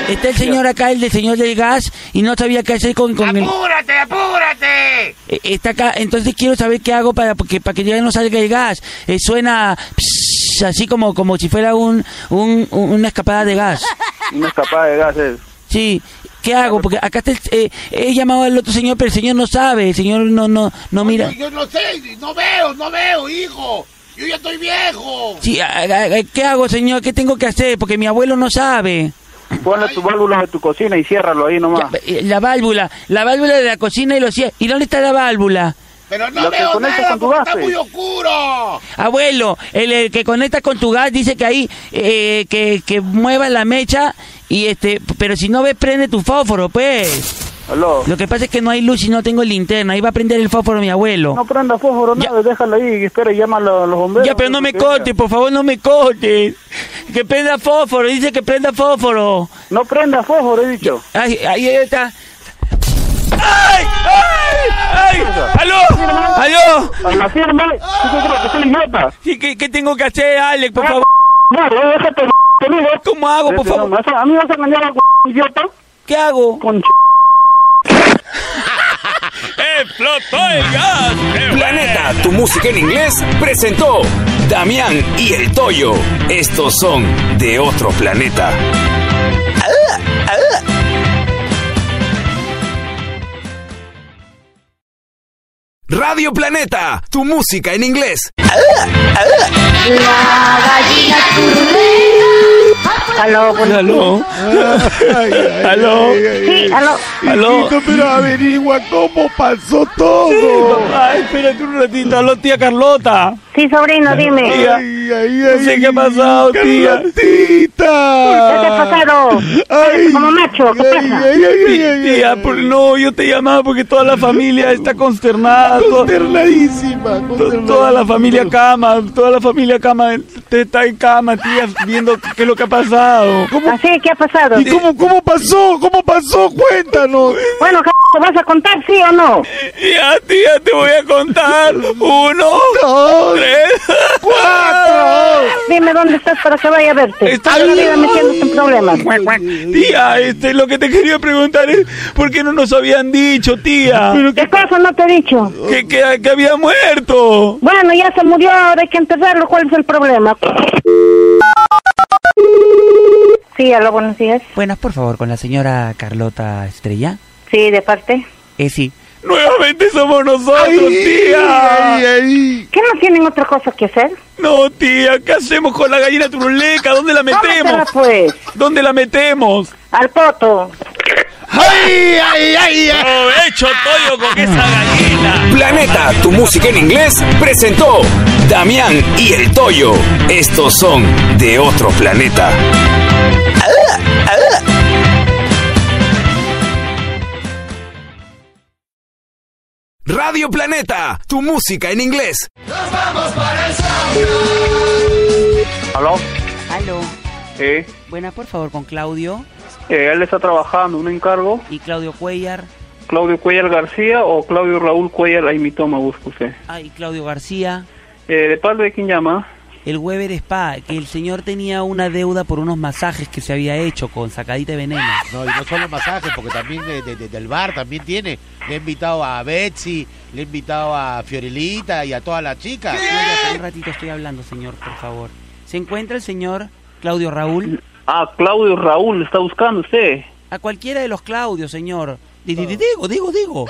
Speaker 9: Está el señor acá, el del señor del gas, y no sabía qué hacer con, con el...
Speaker 7: ¡Apúrate, apúrate!
Speaker 9: Eh, Está acá, entonces quiero saber qué hago para porque para que ya no salga el gas. Eh, suena pss, así como como si fuera un, un- un- una escapada de gas.
Speaker 5: Una escapada de gases.
Speaker 9: Sí, ¿qué hago? Porque acá está el- eh, he llamado al otro señor, pero el señor no sabe, el señor no no no mira.
Speaker 7: Yo no sé, no veo, no veo, hijo. Yo ya estoy viejo.
Speaker 9: Sí, a- a- a- ¿qué hago, señor? ¿Qué tengo que hacer? Porque mi abuelo no sabe.
Speaker 5: Ponle tu válvula de tu cocina y ciérralo ahí
Speaker 7: Ah.
Speaker 5: nomás.
Speaker 9: Eh, La válvula, la válvula de la cocina y lo cierra. ¿Y dónde está la válvula?
Speaker 7: Pero no
Speaker 5: Lo que
Speaker 7: veo
Speaker 5: conectas
Speaker 7: nada
Speaker 5: con tu
Speaker 7: porque está
Speaker 5: base.
Speaker 7: muy oscuro.
Speaker 9: Abuelo, el, el que conecta con tu gas dice que ahí eh, que, que mueva la mecha y este, pero si no ves prende tu fósforo, pues.
Speaker 5: ¿Aló?
Speaker 9: Lo que pasa es que no hay luz y no tengo linterna. Ahí va a prender el fósforo mi abuelo.
Speaker 5: No prenda fósforo, nada, déjalo ahí y espera y llama a los los bomberos.
Speaker 9: ya, pero no me
Speaker 5: que vengan.
Speaker 9: cortes, por favor, no me cortes. Que prenda fósforo, dice que prenda fósforo.
Speaker 5: No prenda fósforo, he dicho.
Speaker 9: Ahí, ahí está.
Speaker 3: ¡Ay! ¡Aló! ¡Aló!
Speaker 5: ¡Aló, fírmale! ¿Tú qué crees que soy idiota?
Speaker 3: ¿Y qué, qué tengo que hacer, Alex, por favor?
Speaker 5: Mario, déjate, de conmigo.
Speaker 9: ¿Cómo hago, por
Speaker 5: Vete, no,
Speaker 9: favor?
Speaker 5: me vas a- A mí me vas a engañar a idiota.
Speaker 9: ¿Qué hago?
Speaker 5: Con
Speaker 1: explotó el gas. Planeta, tu música en inglés, presentó Damián y el Toyo. Estos son de otro planeta. Radio Planeta, tu música en inglés.
Speaker 8: La gallina Aló, bueno.
Speaker 3: Aló.
Speaker 2: Aló.
Speaker 8: Sí, aló.
Speaker 3: Aló.
Speaker 2: Hijito, pero averigua cómo pasó todo.
Speaker 3: Ay, espérate un ratito. Aló, tía Carlota.
Speaker 8: Sí, sobrino, dime.
Speaker 3: Tía. No sé qué ha pasado, tía.
Speaker 8: ¿Qué te
Speaker 3: Ah.
Speaker 8: pasaron? Como macho, ¿qué pasa?
Speaker 3: Tía, por- no, yo te llamaba porque toda la familia está consternada. to-
Speaker 2: Consternadísima.
Speaker 3: to- Toda la familia cama, toda la familia cama te está en cama, tía, viendo qué es lo que ha pasado.
Speaker 8: Así, ¿qué ha pasado?
Speaker 2: ¿Y cómo, cómo pasó? ¿Cómo pasó? Cuéntanos.
Speaker 8: Bueno, c- ¿vas a contar sí o no?
Speaker 3: Tía, tía, te voy a contar. Uno, dos, tres.
Speaker 8: Dime dónde estás para que vaya a verte. Estás metiéndote en problemas.
Speaker 3: Tía, este, lo que te quería preguntar es por qué no nos habían dicho, tía,
Speaker 8: ¿Qué cosa no te he dicho?
Speaker 3: que, que, que había muerto.
Speaker 8: Bueno, ya se murió, ahora hay que enterrarlo. ¿Cuál es el problema? Sí, aló, buenos días.
Speaker 9: Buenas, por favor, con la señora Carlota Estrella.
Speaker 8: Sí, de parte.
Speaker 9: Eh, sí.
Speaker 3: Nuevamente somos nosotros, tía.
Speaker 8: ¿Qué no tienen otra cosa que hacer?
Speaker 3: No, tía, ¿qué hacemos con la gallina turuleca? ¿Dónde la metemos?
Speaker 8: Cómetela, pues.
Speaker 3: ¿Dónde la metemos?
Speaker 8: Al poto.
Speaker 3: ¡Ay, ay, ay! Provecho, Toyo, con esa gallina.
Speaker 1: Planeta, tu música en inglés, presentó Damián y el Toyo. Estos son de otro planeta. Radio Planeta, tu música en inglés.
Speaker 5: ¿Aló?
Speaker 9: Aló.
Speaker 5: Eh,
Speaker 9: Buenas, por favor, con Claudio.
Speaker 5: eh, él está trabajando, un encargo.
Speaker 9: Y Claudio Cuellar.
Speaker 5: ¿Claudio Cuellar García o Claudio Raúl Cuellar? Ahí mi toma, busco usted.
Speaker 9: Ah, y Claudio García.
Speaker 5: Eh, ¿De parte de quién llama?
Speaker 9: El Weber Spa, que el señor tenía una deuda por unos masajes que se había hecho con sacadita de veneno.
Speaker 4: No, y no solo masajes, porque también de- de- de- del bar también tiene. Le he invitado a Betsy, le he invitado a Fiorelita y a todas las chicas.
Speaker 9: Oiga, Un ratito estoy hablando, señor, por favor. ¿Se encuentra el señor Claudio Raúl?
Speaker 5: Ah, Claudio Raúl, está buscando usted.
Speaker 9: A cualquiera de los Claudios, señor. Di- di- di- Digo, digo, digo.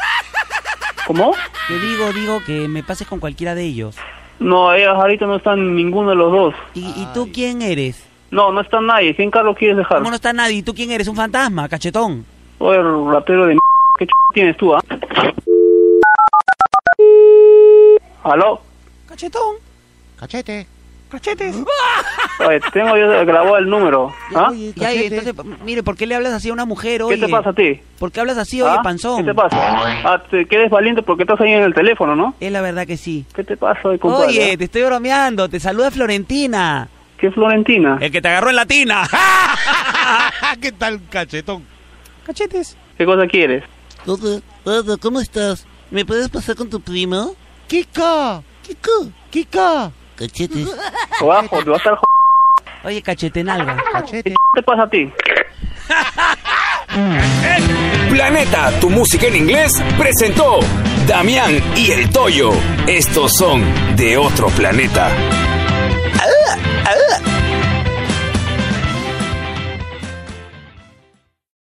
Speaker 5: ¿Cómo?
Speaker 9: Te digo, digo que me pases con cualquiera de ellos.
Speaker 5: No, ellos ahorita no están ninguno de los dos.
Speaker 9: ¿Y, y tú quién eres?
Speaker 5: No, no está nadie. ¿Qué encargo quieres dejar?
Speaker 9: ¿Cómo no está nadie? ¿Y ¿Tú quién eres? ¿Un fantasma, cachetón?
Speaker 5: Oye, ratero de m... ¿Qué ch... tienes tú, ah? ¿Aló?
Speaker 9: Cachetón.
Speaker 4: Cachete.
Speaker 9: Cachetes.
Speaker 5: Oye, tengo yo grabado el número. ¿Ah?
Speaker 9: Ya, y entonces, mire, ¿por qué le hablas así a una mujer
Speaker 5: ¿Qué
Speaker 9: hoy?
Speaker 5: te pasa a ti?
Speaker 9: ¿Por qué hablas así, oye,
Speaker 5: ¿Ah?
Speaker 9: panzón?
Speaker 5: ¿Qué te pasa? Ah, te, que eres valiente porque estás ahí en el teléfono, ¿no?
Speaker 9: Es la verdad que sí.
Speaker 5: ¿Qué te pasa hoy, compadre?
Speaker 9: Oye, te estoy bromeando. Te saluda Florentina.
Speaker 5: ¿Qué Florentina?
Speaker 9: El que te agarró en la tina.
Speaker 4: ¿Qué tal, cachetón?
Speaker 9: Cachetes.
Speaker 5: ¿Qué cosa quieres?
Speaker 9: ¿cómo estás? ¿Me puedes pasar con tu primo?
Speaker 4: Kika, Kika, Kika.
Speaker 9: Cachetes.
Speaker 5: Abajo, te vas a estar j-
Speaker 9: Oye, cachetenalga.
Speaker 5: ¿Qué ch- te pasa a ti?
Speaker 1: Planeta, tu música en inglés, presentó Damián y el Toyo. Estos son de otro planeta.